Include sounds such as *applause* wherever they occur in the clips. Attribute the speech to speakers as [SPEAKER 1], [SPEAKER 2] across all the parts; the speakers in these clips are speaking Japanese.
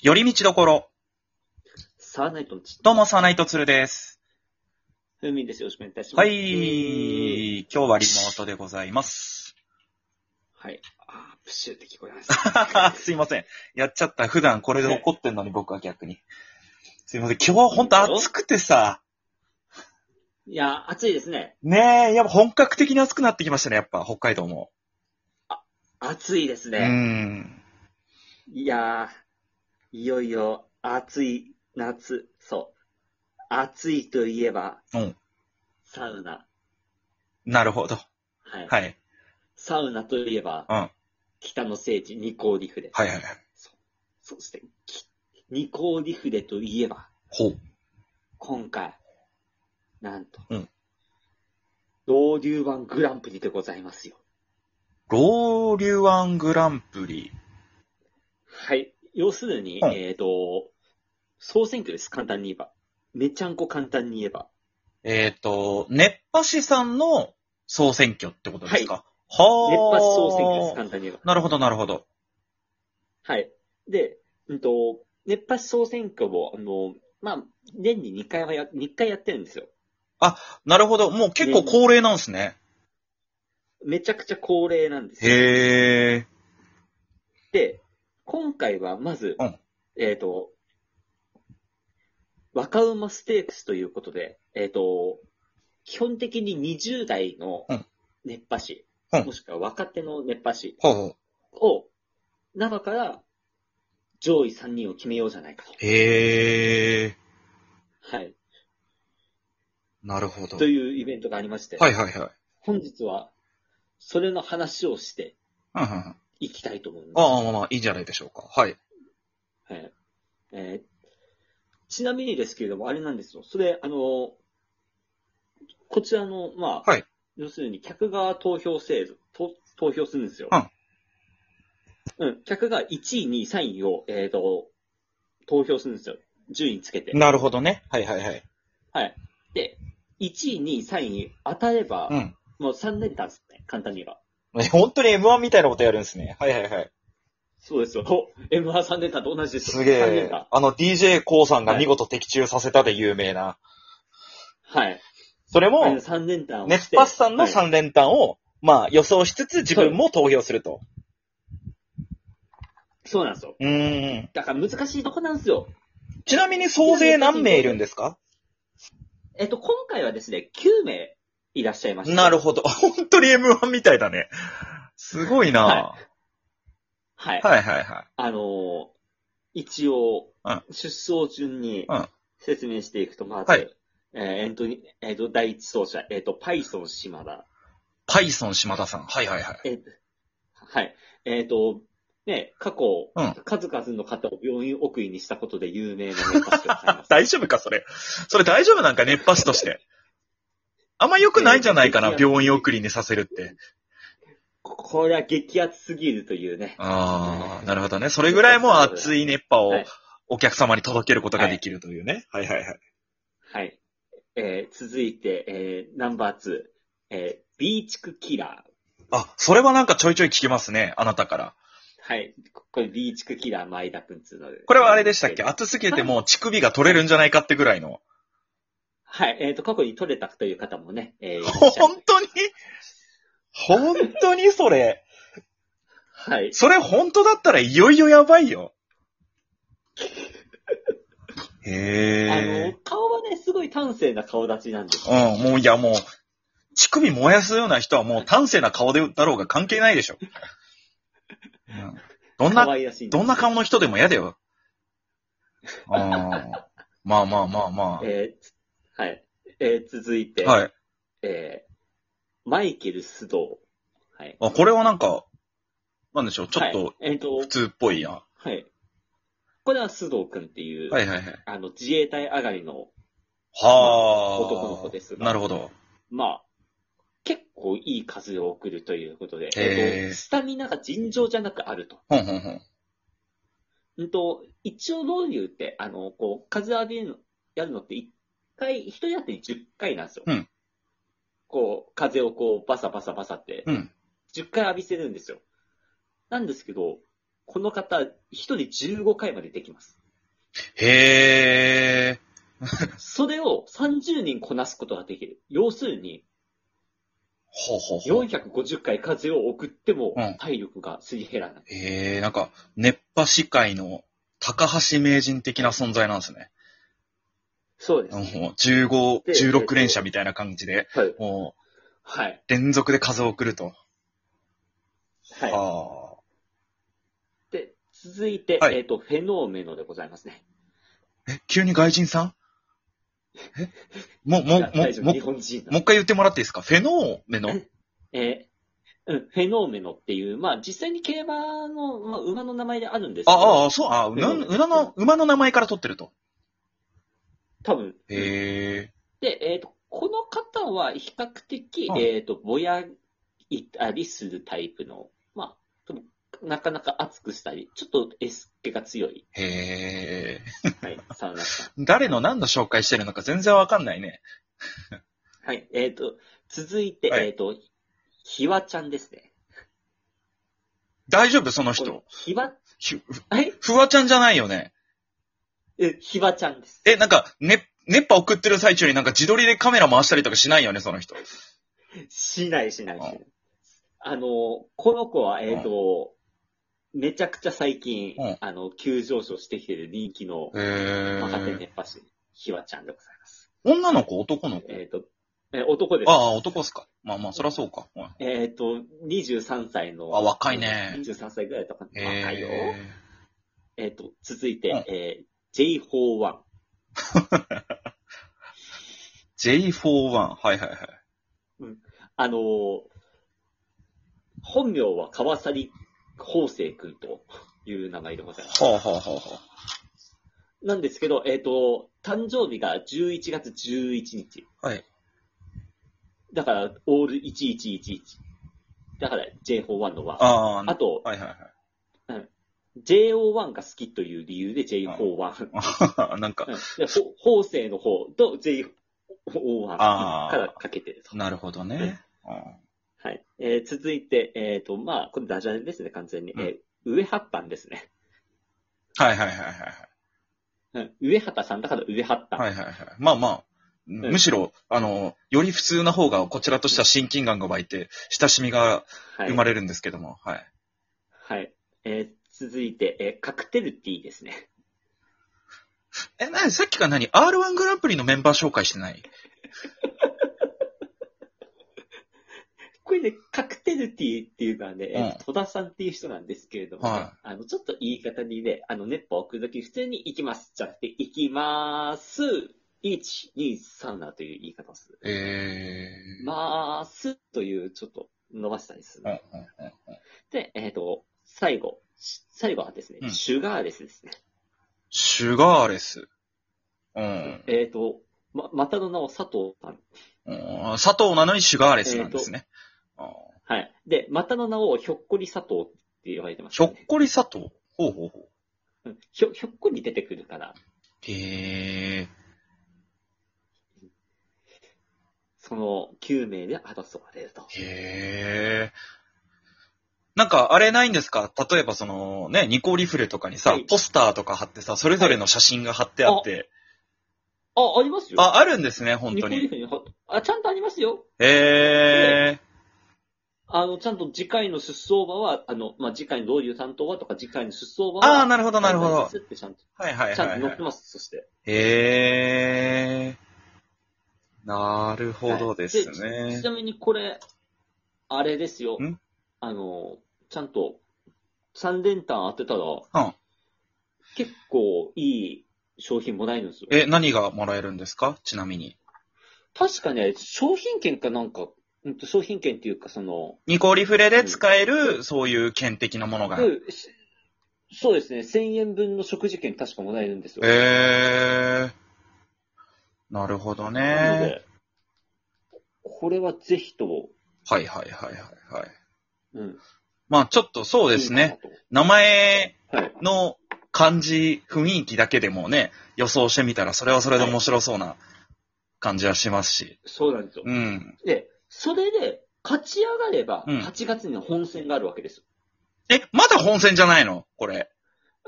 [SPEAKER 1] 寄り道どころ、
[SPEAKER 2] サーナイトのち
[SPEAKER 1] どうもサナイトツルです。
[SPEAKER 2] ふみんです。よろしくお願いいたしま
[SPEAKER 1] は
[SPEAKER 2] す。えー
[SPEAKER 1] い、今日はリモートでございます。 *laughs*
[SPEAKER 2] はい。あープシュって聞こえます。
[SPEAKER 1] すいません。やっちゃった。普段これで怒ってんのに僕は逆に。すいません。今日はほんと暑くてさ、
[SPEAKER 2] いや、暑いですね。
[SPEAKER 1] ねえ、やっぱ本格的に暑くなってきましたね、やっぱ北海道も。
[SPEAKER 2] 暑いです
[SPEAKER 1] う
[SPEAKER 2] ね。
[SPEAKER 1] ん。
[SPEAKER 2] いやー、いよいよ暑い夏、そう。暑いといえば、
[SPEAKER 1] うん
[SPEAKER 2] サウナ。
[SPEAKER 1] なるほど。
[SPEAKER 2] はい。
[SPEAKER 1] はい。
[SPEAKER 2] サウナといえば、
[SPEAKER 1] うん。はい
[SPEAKER 2] 北の聖地、ニコーリフレ。
[SPEAKER 1] はいはい。
[SPEAKER 2] そして、きニコーリフレといえば、
[SPEAKER 1] ほう。
[SPEAKER 2] 今回、なんと、
[SPEAKER 1] うん
[SPEAKER 2] 老流版グランプリでございますよ。
[SPEAKER 1] ローリュワングランプリ。
[SPEAKER 2] はい。要するに、
[SPEAKER 1] うん
[SPEAKER 2] えっ、と、総選挙です。簡単に言えば。めちゃんこ簡単に言えば。
[SPEAKER 1] えっ、と、熱波師さんの総選挙ってことですかは
[SPEAKER 2] 熱
[SPEAKER 1] あ。
[SPEAKER 2] 波師総選挙です。簡単に言えば。
[SPEAKER 1] なるほど、なるほど。
[SPEAKER 2] はい。で、うんと、熱波師総選挙を、あの、まあ、年に2回はや、2回やってるんですよ。
[SPEAKER 1] なるほど。もう結構高齢なんですね。
[SPEAKER 2] めちゃくちゃ恒例なんですよ。
[SPEAKER 1] へえ。
[SPEAKER 2] で、今回はまず、
[SPEAKER 1] うん
[SPEAKER 2] えっ、と、若馬ステークスということで、えっ、と、基本的に20代の
[SPEAKER 1] うん
[SPEAKER 2] 熱波師、
[SPEAKER 1] うん
[SPEAKER 2] もしくは若手の熱波師
[SPEAKER 1] ほうほう。
[SPEAKER 2] を、中から上位3人を決めようじゃないかと。
[SPEAKER 1] へえ。
[SPEAKER 2] はい。
[SPEAKER 1] なるほど。は
[SPEAKER 2] と
[SPEAKER 1] い
[SPEAKER 2] いうイベントがありまして、
[SPEAKER 1] はいはい。
[SPEAKER 2] 本日は、それの話をして
[SPEAKER 1] うんうんうん
[SPEAKER 2] いきたいと思います。
[SPEAKER 1] ああ、まあまあ、いいんじゃないでしょうか。はい。
[SPEAKER 2] はい。えーちなみにですけれども、あれなんですよ。それ、あのー、こちらの、まあ、
[SPEAKER 1] はい
[SPEAKER 2] 要するに客が投票制度、と投票するんですよ。
[SPEAKER 1] うん
[SPEAKER 2] うん。客が1位、2位、3位を、えっ、と、投票するんですよ。順位つけて。
[SPEAKER 1] なるほどね。はいはいはい。
[SPEAKER 2] で、1位、2位、3位当たれば、
[SPEAKER 1] うん。
[SPEAKER 2] もう3連単ですね。簡単に言えば。
[SPEAKER 1] 本当に M1 みたいなことやるんですね。はいはいはい。
[SPEAKER 2] そうですよ。お M13 連単と同じですよ。
[SPEAKER 1] すげ
[SPEAKER 2] 3連
[SPEAKER 1] え
[SPEAKER 2] 単。。
[SPEAKER 1] あの DJ コウさんが見事的中させたで有名な。
[SPEAKER 2] はい。
[SPEAKER 1] それ
[SPEAKER 2] あ
[SPEAKER 1] も
[SPEAKER 2] の、3連単をして。
[SPEAKER 1] 熱波師さんの
[SPEAKER 2] はい
[SPEAKER 1] 3連単を、まあ予想しつつ自分も投票すると。
[SPEAKER 2] そうなんですよ。
[SPEAKER 1] うーん。
[SPEAKER 2] だから難しいとこなんですよ。
[SPEAKER 1] ちなみに総勢何名いるんですか
[SPEAKER 2] えっと、今回はですね、9名いらっしゃいました。
[SPEAKER 1] なる
[SPEAKER 2] ほど。
[SPEAKER 1] ほど。 *laughs* 本当に M1 みたいだね。すごいな
[SPEAKER 2] はい。
[SPEAKER 1] はいはいは
[SPEAKER 2] あのー一応
[SPEAKER 1] うん、
[SPEAKER 2] 出走順に
[SPEAKER 1] うん
[SPEAKER 2] 説明していくと、まず、
[SPEAKER 1] はい
[SPEAKER 2] えーエントリーえっと、第一走者、えっと、パイソン島田。
[SPEAKER 1] い。パイソン島田さん。はいはいはい。
[SPEAKER 2] えっとはい。えっと、ね、過去、
[SPEAKER 1] うん
[SPEAKER 2] 数々の方を病院送りにしたことで有名な熱波師でございま
[SPEAKER 1] *laughs*
[SPEAKER 2] す。
[SPEAKER 1] 大丈夫かそれ。それ大丈夫なんか熱波師として。あんま良くないんじゃないかな、病院送りにさせるって。
[SPEAKER 2] ここれは激アツすぎるというね。
[SPEAKER 1] ああ、なるほどね。それぐらいもう熱い熱波を
[SPEAKER 2] はい
[SPEAKER 1] お客様に届けることができるというね。はいはいはい。
[SPEAKER 2] はい。えー続いて、えーナンバー2、えービーチクキラー。
[SPEAKER 1] あ、それはなんかちょいちょい聞きますね。あなたから。
[SPEAKER 2] はい。ここれ、ビーチクキラー前田くんつうので。
[SPEAKER 1] これはあれでしたっけ熱すぎてもう乳首が取れるんじゃないかってぐらいの。
[SPEAKER 2] はい。えっ、と、過去に取れたという方もね、えーいらっしゃる
[SPEAKER 1] 本当に本当にそれ。
[SPEAKER 2] はい。
[SPEAKER 1] それ本当だったらいよいよやばいよ。
[SPEAKER 2] あ
[SPEAKER 1] へ
[SPEAKER 2] の、顔はね、すごい端正な顔立ちなんです
[SPEAKER 1] え。うん、もういやもう、乳首燃やすような人はもう端正な顔でだろうが関係ないでしょ。うんどん
[SPEAKER 2] 可
[SPEAKER 1] な、
[SPEAKER 2] 愛らしいです
[SPEAKER 1] どんな顔の人でも嫌だよ。うんまあまあまあま
[SPEAKER 2] えーつはい。えー続いて、
[SPEAKER 1] あ。はい。
[SPEAKER 2] えーマイケル須藤。はい。
[SPEAKER 1] あ、これはなんか、なんでしょう、ちょっ
[SPEAKER 2] は
[SPEAKER 1] と
[SPEAKER 2] い、えっ、と
[SPEAKER 1] 普、通っぽいな。
[SPEAKER 2] はい。これは須藤くんっていう、
[SPEAKER 1] はいはいはい。
[SPEAKER 2] あの、自衛隊上がりの、
[SPEAKER 1] はあ。
[SPEAKER 2] 男の子ですが
[SPEAKER 1] なるほど。
[SPEAKER 2] まあ、結構いい風を送るということで、
[SPEAKER 1] へー
[SPEAKER 2] えーと、スタミナが尋常じゃなくあると。
[SPEAKER 1] ほんほんほん。
[SPEAKER 2] うんと、一応ロウリュって、あの、こう、数浴びるの、やるのって一回、一人当たり10回なんですよ。
[SPEAKER 1] うん
[SPEAKER 2] こう、風をこう、バサバサバサって、
[SPEAKER 1] うん。
[SPEAKER 2] 10回浴びせるんですよ。なんですけど、この方、一人15回までできます。
[SPEAKER 1] へえ。
[SPEAKER 2] それを30人こなすことができる。要するに、
[SPEAKER 1] ほうほうほう。
[SPEAKER 2] 450回風を送っても
[SPEAKER 1] うん
[SPEAKER 2] 体力がすり減らない。
[SPEAKER 1] へえ、なんか、熱波師界の高橋名人的な存在なんですね。
[SPEAKER 2] そうです。
[SPEAKER 1] もう15、
[SPEAKER 2] で
[SPEAKER 1] 16連射みたいな感じで、
[SPEAKER 2] はい。
[SPEAKER 1] もう
[SPEAKER 2] はい。
[SPEAKER 1] 連続で風を送ると。
[SPEAKER 2] は
[SPEAKER 1] あ
[SPEAKER 2] い。で、続いて、
[SPEAKER 1] はい
[SPEAKER 2] えっ、と、フェノーメノでございますね。
[SPEAKER 1] あ。え、急に外人さんえもう、もう、も
[SPEAKER 2] 大
[SPEAKER 1] う、
[SPEAKER 2] 丈
[SPEAKER 1] も
[SPEAKER 2] 夫、
[SPEAKER 1] う、
[SPEAKER 2] 日本人なんで
[SPEAKER 1] もう一回言ってもらっていいですかフェノーメノ
[SPEAKER 2] えーうん、フェノーメノっていう、まあ実際に競馬の、まあ、馬の名前であるんですけ
[SPEAKER 1] あ
[SPEAKER 2] ど、
[SPEAKER 1] あ、あそう、あ、うな、
[SPEAKER 2] フェノーメノ
[SPEAKER 1] うなの、馬の名前から取ってると。
[SPEAKER 2] 多分。
[SPEAKER 1] へえ。
[SPEAKER 2] で、えっ、と、この方は比較的、
[SPEAKER 1] はい
[SPEAKER 2] えっ、と、ぼやいたりするタイプの、まあ、多分なかなか熱くしたり、ちょっとエス気が強い、
[SPEAKER 1] へえ。
[SPEAKER 2] はい、サウナさん。
[SPEAKER 1] 誰の何の紹介してるのか全然わかんないね。
[SPEAKER 2] はい、えっ、と、続いて、
[SPEAKER 1] はい
[SPEAKER 2] えっ、と、ひわちゃんですね。
[SPEAKER 1] 大丈夫その
[SPEAKER 2] こ
[SPEAKER 1] 人
[SPEAKER 2] の。ひわ、
[SPEAKER 1] ひ
[SPEAKER 2] はい
[SPEAKER 1] ふわちゃんじゃないよね。
[SPEAKER 2] え、ひわちゃんです。
[SPEAKER 1] え、なんか、ね、熱波送ってる最中になんか自撮りでカメラ回したりとかしないよね、その人。
[SPEAKER 2] しないしないしな
[SPEAKER 1] う
[SPEAKER 2] い。あの、この子は、えっ、と、めちゃくちゃ最近、
[SPEAKER 1] うん
[SPEAKER 2] あの、急上昇してきてる人気の
[SPEAKER 1] へえ。
[SPEAKER 2] 若手熱波師、ひわちゃんでございます。
[SPEAKER 1] 女の子男の子
[SPEAKER 2] えっ、と、え男です。
[SPEAKER 1] ああ、男っすか。まあまあ、そらそうか。はい
[SPEAKER 2] えっ、と、23歳の。
[SPEAKER 1] あ若いね
[SPEAKER 2] 23歳ぐらいだったかな。若いよ。
[SPEAKER 1] へ
[SPEAKER 2] えっ、と、続いて、
[SPEAKER 1] うん
[SPEAKER 2] えー、J41。
[SPEAKER 1] ー J41。はいはいはい。
[SPEAKER 2] あのー本名は川崎宝生君という名前でございます。
[SPEAKER 1] はあはあはあは
[SPEAKER 2] なんですけど、えっ、と、誕生日が11月11日。
[SPEAKER 1] あ。はい。
[SPEAKER 2] だから、オール1111。だから、J41 のは。あ
[SPEAKER 1] ああ、
[SPEAKER 2] と、
[SPEAKER 1] はいはいはい。
[SPEAKER 2] JO1 が好きという理由で J41。
[SPEAKER 1] あはは *laughs* なんか
[SPEAKER 2] う、ん *laughs* で、ほ法政の方と J41 からかけてると。
[SPEAKER 1] なるほどね。うん
[SPEAKER 2] はい。えー続いて、えっ、と、まあ、これダジャレですね、完全に。
[SPEAKER 1] うん
[SPEAKER 2] えー上八番ですね。
[SPEAKER 1] はいはいはいはいはい。
[SPEAKER 2] うん上畑さんだから上八番。
[SPEAKER 1] はいはいはい。まあまあ、むしろ、あの、より普通な方が、こちらとしては親近感が湧いて、親しみが
[SPEAKER 2] はい。
[SPEAKER 1] 生まれるんですけども、はい。
[SPEAKER 2] はい。えー続いて、えーカクテルティーですね。
[SPEAKER 1] え、なに、さっきから何 ?R1 グランプリのメンバー紹介してない
[SPEAKER 2] これね、カクテルティーっていうのはね、えー
[SPEAKER 1] うん
[SPEAKER 2] 戸田さんっていう人なんですけれども、ね
[SPEAKER 1] は
[SPEAKER 2] あの、ちょっと言い方にね、あの、熱波を送るとき普通に行きます。じゃなくて、行きまーす。1、2、3なという言い方をする。
[SPEAKER 1] えー。
[SPEAKER 2] まーすという、ちょっと伸ばしたりする。
[SPEAKER 1] うんうんうん
[SPEAKER 2] で、えっ、と、最後、し最後はですね、
[SPEAKER 1] うん
[SPEAKER 2] シュガーレスですね。
[SPEAKER 1] シュガーレス。うん。
[SPEAKER 2] えっ、と、ま、またの名を佐藤さん。
[SPEAKER 1] うん佐藤なのにシュガーレスなんですね。あー
[SPEAKER 2] はい。で、またの名をひょっこり佐藤って言われてます、
[SPEAKER 1] ひょっ
[SPEAKER 2] ね。
[SPEAKER 1] こり佐藤。ほうほうほう。
[SPEAKER 2] うんひょ、ひょっこり出てくるから、
[SPEAKER 1] へえ。
[SPEAKER 2] その9名で争われると。
[SPEAKER 1] へえ。なんか、あれないんですか例えばその、ね、ニコリフレとかにさ、
[SPEAKER 2] はい
[SPEAKER 1] ポスターとか貼ってさ、それぞれの写真が貼ってあって。
[SPEAKER 2] あ、ありますよ。
[SPEAKER 1] あ、あるんですね、本
[SPEAKER 2] ニ
[SPEAKER 1] 当
[SPEAKER 2] コリ
[SPEAKER 1] に。
[SPEAKER 2] フに貼っあ、ちゃんとありますよ。
[SPEAKER 1] へえ。
[SPEAKER 2] あの、ちゃんと次回の出走馬は、あの、まあ、次回のどういう担当はとか、次回の出走馬は。
[SPEAKER 1] ああ、なるほど、なるほど
[SPEAKER 2] ち。ゃんとちゃんと
[SPEAKER 1] はいはいはい、
[SPEAKER 2] 載
[SPEAKER 1] は
[SPEAKER 2] っ
[SPEAKER 1] い
[SPEAKER 2] て。ます、そして。
[SPEAKER 1] へえ。なるほどです
[SPEAKER 2] はいでち
[SPEAKER 1] ね
[SPEAKER 2] ち。なみにこれ、あれですよ
[SPEAKER 1] ん。
[SPEAKER 2] あの、ちゃんと3連単当てたら、
[SPEAKER 1] うん
[SPEAKER 2] 結構いい商品もらえるんですよ。
[SPEAKER 1] え、何がもらえるんですかちなみに。
[SPEAKER 2] 確かね、商品券かなんか、うんと商品券っていうか、その、
[SPEAKER 1] ニコリフレで使える、そういう剣的なものが。へ
[SPEAKER 2] うんしそうですね、1000円分の食事券確かもらえるんですよ。
[SPEAKER 1] え。なるほど
[SPEAKER 2] なの
[SPEAKER 1] ね。
[SPEAKER 2] で、これはぜひとも、
[SPEAKER 1] はいはいはいはいはい。
[SPEAKER 2] うん。
[SPEAKER 1] まあちょっとそうですね。
[SPEAKER 2] いいか
[SPEAKER 1] 名前
[SPEAKER 2] なと。はい。
[SPEAKER 1] の感じ、雰囲気だけでもね、予想してみたらそれはそれで面白そうな感じはしますし。
[SPEAKER 2] そうなんですよ。
[SPEAKER 1] うん。
[SPEAKER 2] で、それで、勝ち上がれば、
[SPEAKER 1] うん
[SPEAKER 2] 8月には本戦があるわけですよ。
[SPEAKER 1] え、まだ本戦じゃないのこれ。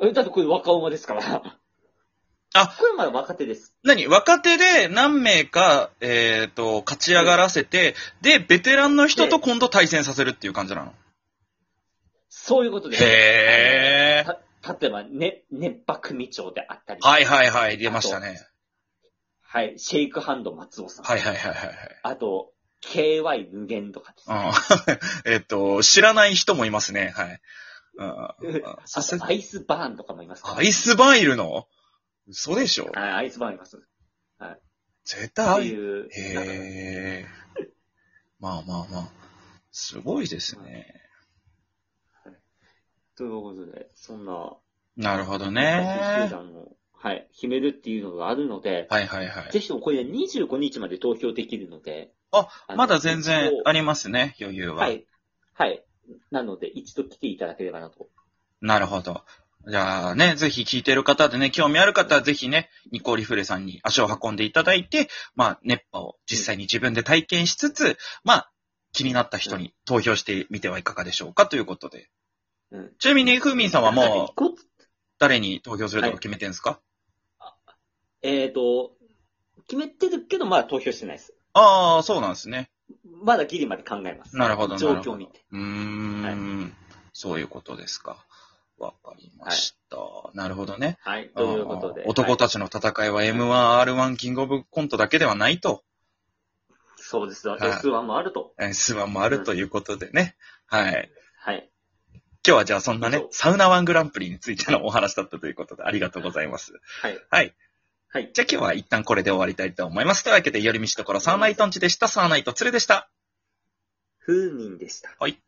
[SPEAKER 2] えだってこれ若馬ですから。
[SPEAKER 1] あ
[SPEAKER 2] これまだ若手です。
[SPEAKER 1] 何若手で何名か、えっ、と、勝ち上がらせて、で、ベテランの人と今度対戦させるっていう感じなの。
[SPEAKER 2] そういうことです。
[SPEAKER 1] へー。
[SPEAKER 2] た例えば、ね、熱波組長であったり。
[SPEAKER 1] はいはいはい、出ましたね。
[SPEAKER 2] はい。シェイクハンド松尾さん。
[SPEAKER 1] はいはいはいはい
[SPEAKER 2] あと、KY 無限とかです。
[SPEAKER 1] はい。うん。え *laughs* っと、知らない人もいますね。はい。うん
[SPEAKER 2] あ
[SPEAKER 1] そして
[SPEAKER 2] と、アイスバーンとかもいますから
[SPEAKER 1] アイスバーンいるの嘘でしょ
[SPEAKER 2] はい、アイスバーンいます。
[SPEAKER 1] 絶
[SPEAKER 2] って
[SPEAKER 1] 対。
[SPEAKER 2] いう。なんか
[SPEAKER 1] へえ。まあまあまあ。すごいですね。
[SPEAKER 2] ということで、そんな、
[SPEAKER 1] なるほど
[SPEAKER 2] 集
[SPEAKER 1] ね。
[SPEAKER 2] 団を、はい、決めるっていうのがあるので、
[SPEAKER 1] はいはいはい。
[SPEAKER 2] ぜひともこれね、25日まで投票できるので。
[SPEAKER 1] あ
[SPEAKER 2] あの
[SPEAKER 1] まだ全然
[SPEAKER 2] 一応
[SPEAKER 1] ありますね、余裕は。
[SPEAKER 2] はい。はい。なので、一度来ていただければなと。
[SPEAKER 1] なるほど。じゃあね、ぜひ聞いてる方でね、興味ある方はぜひね、ニコリフレさんに足を運んでいただいて、まあ、熱波を実際に自分で体験しつつ、まあ、気になった人に投票してみてはいかがでしょうかということで。
[SPEAKER 2] うん。
[SPEAKER 1] ちなみに、ふーみんさんはもう、
[SPEAKER 2] う。
[SPEAKER 1] 誰に投票するとか決めてるんですか、
[SPEAKER 2] えっ、と、決めてるけど、まだ投票してないです。
[SPEAKER 1] ああ、そうなんですね。
[SPEAKER 2] まだギリまで考えます。
[SPEAKER 1] なるほど、なる
[SPEAKER 2] 状
[SPEAKER 1] ほど。
[SPEAKER 2] 況見て。
[SPEAKER 1] うーん、そういうことですか。わかりました。なるほどね。
[SPEAKER 2] はい。ということで
[SPEAKER 1] あ。ー男
[SPEAKER 2] はい
[SPEAKER 1] たちの戦いは M1R1 キングオブコントだけではないと、
[SPEAKER 2] そうです。
[SPEAKER 1] はい
[SPEAKER 2] S1 もあると。
[SPEAKER 1] えースワンもあるということでね。はい。
[SPEAKER 2] はい。
[SPEAKER 1] 今日はじゃあそんな
[SPEAKER 2] そ
[SPEAKER 1] ね
[SPEAKER 2] う、
[SPEAKER 1] サウナワングランプリについてのお話だったということでありがとうございます。
[SPEAKER 2] はい。
[SPEAKER 1] はい。
[SPEAKER 2] はい。
[SPEAKER 1] じゃあ今日は一旦これで終わりたいと思います。というわけで、寄り道ところサーナイトンチでした。サーナイトツレでした。
[SPEAKER 2] 風民でした。
[SPEAKER 1] はい。